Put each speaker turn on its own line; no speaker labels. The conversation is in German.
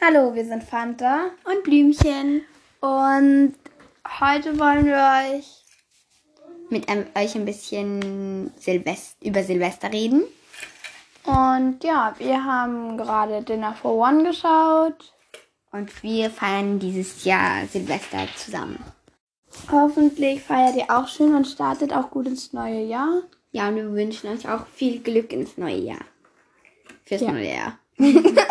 Hallo, wir sind Fanta
und Blümchen
und heute wollen wir euch
mit ähm, euch ein bisschen Silvest über Silvester reden.
und ja, wir haben gerade Dinner for One geschaut.
Und wir feiern dieses Jahr Silvester zusammen.
Hoffentlich feiert ihr auch schön und startet auch gut ins neue Jahr.
Ja, und wir wünschen euch auch viel Glück ins neue Jahr. Fürs neue Jahr.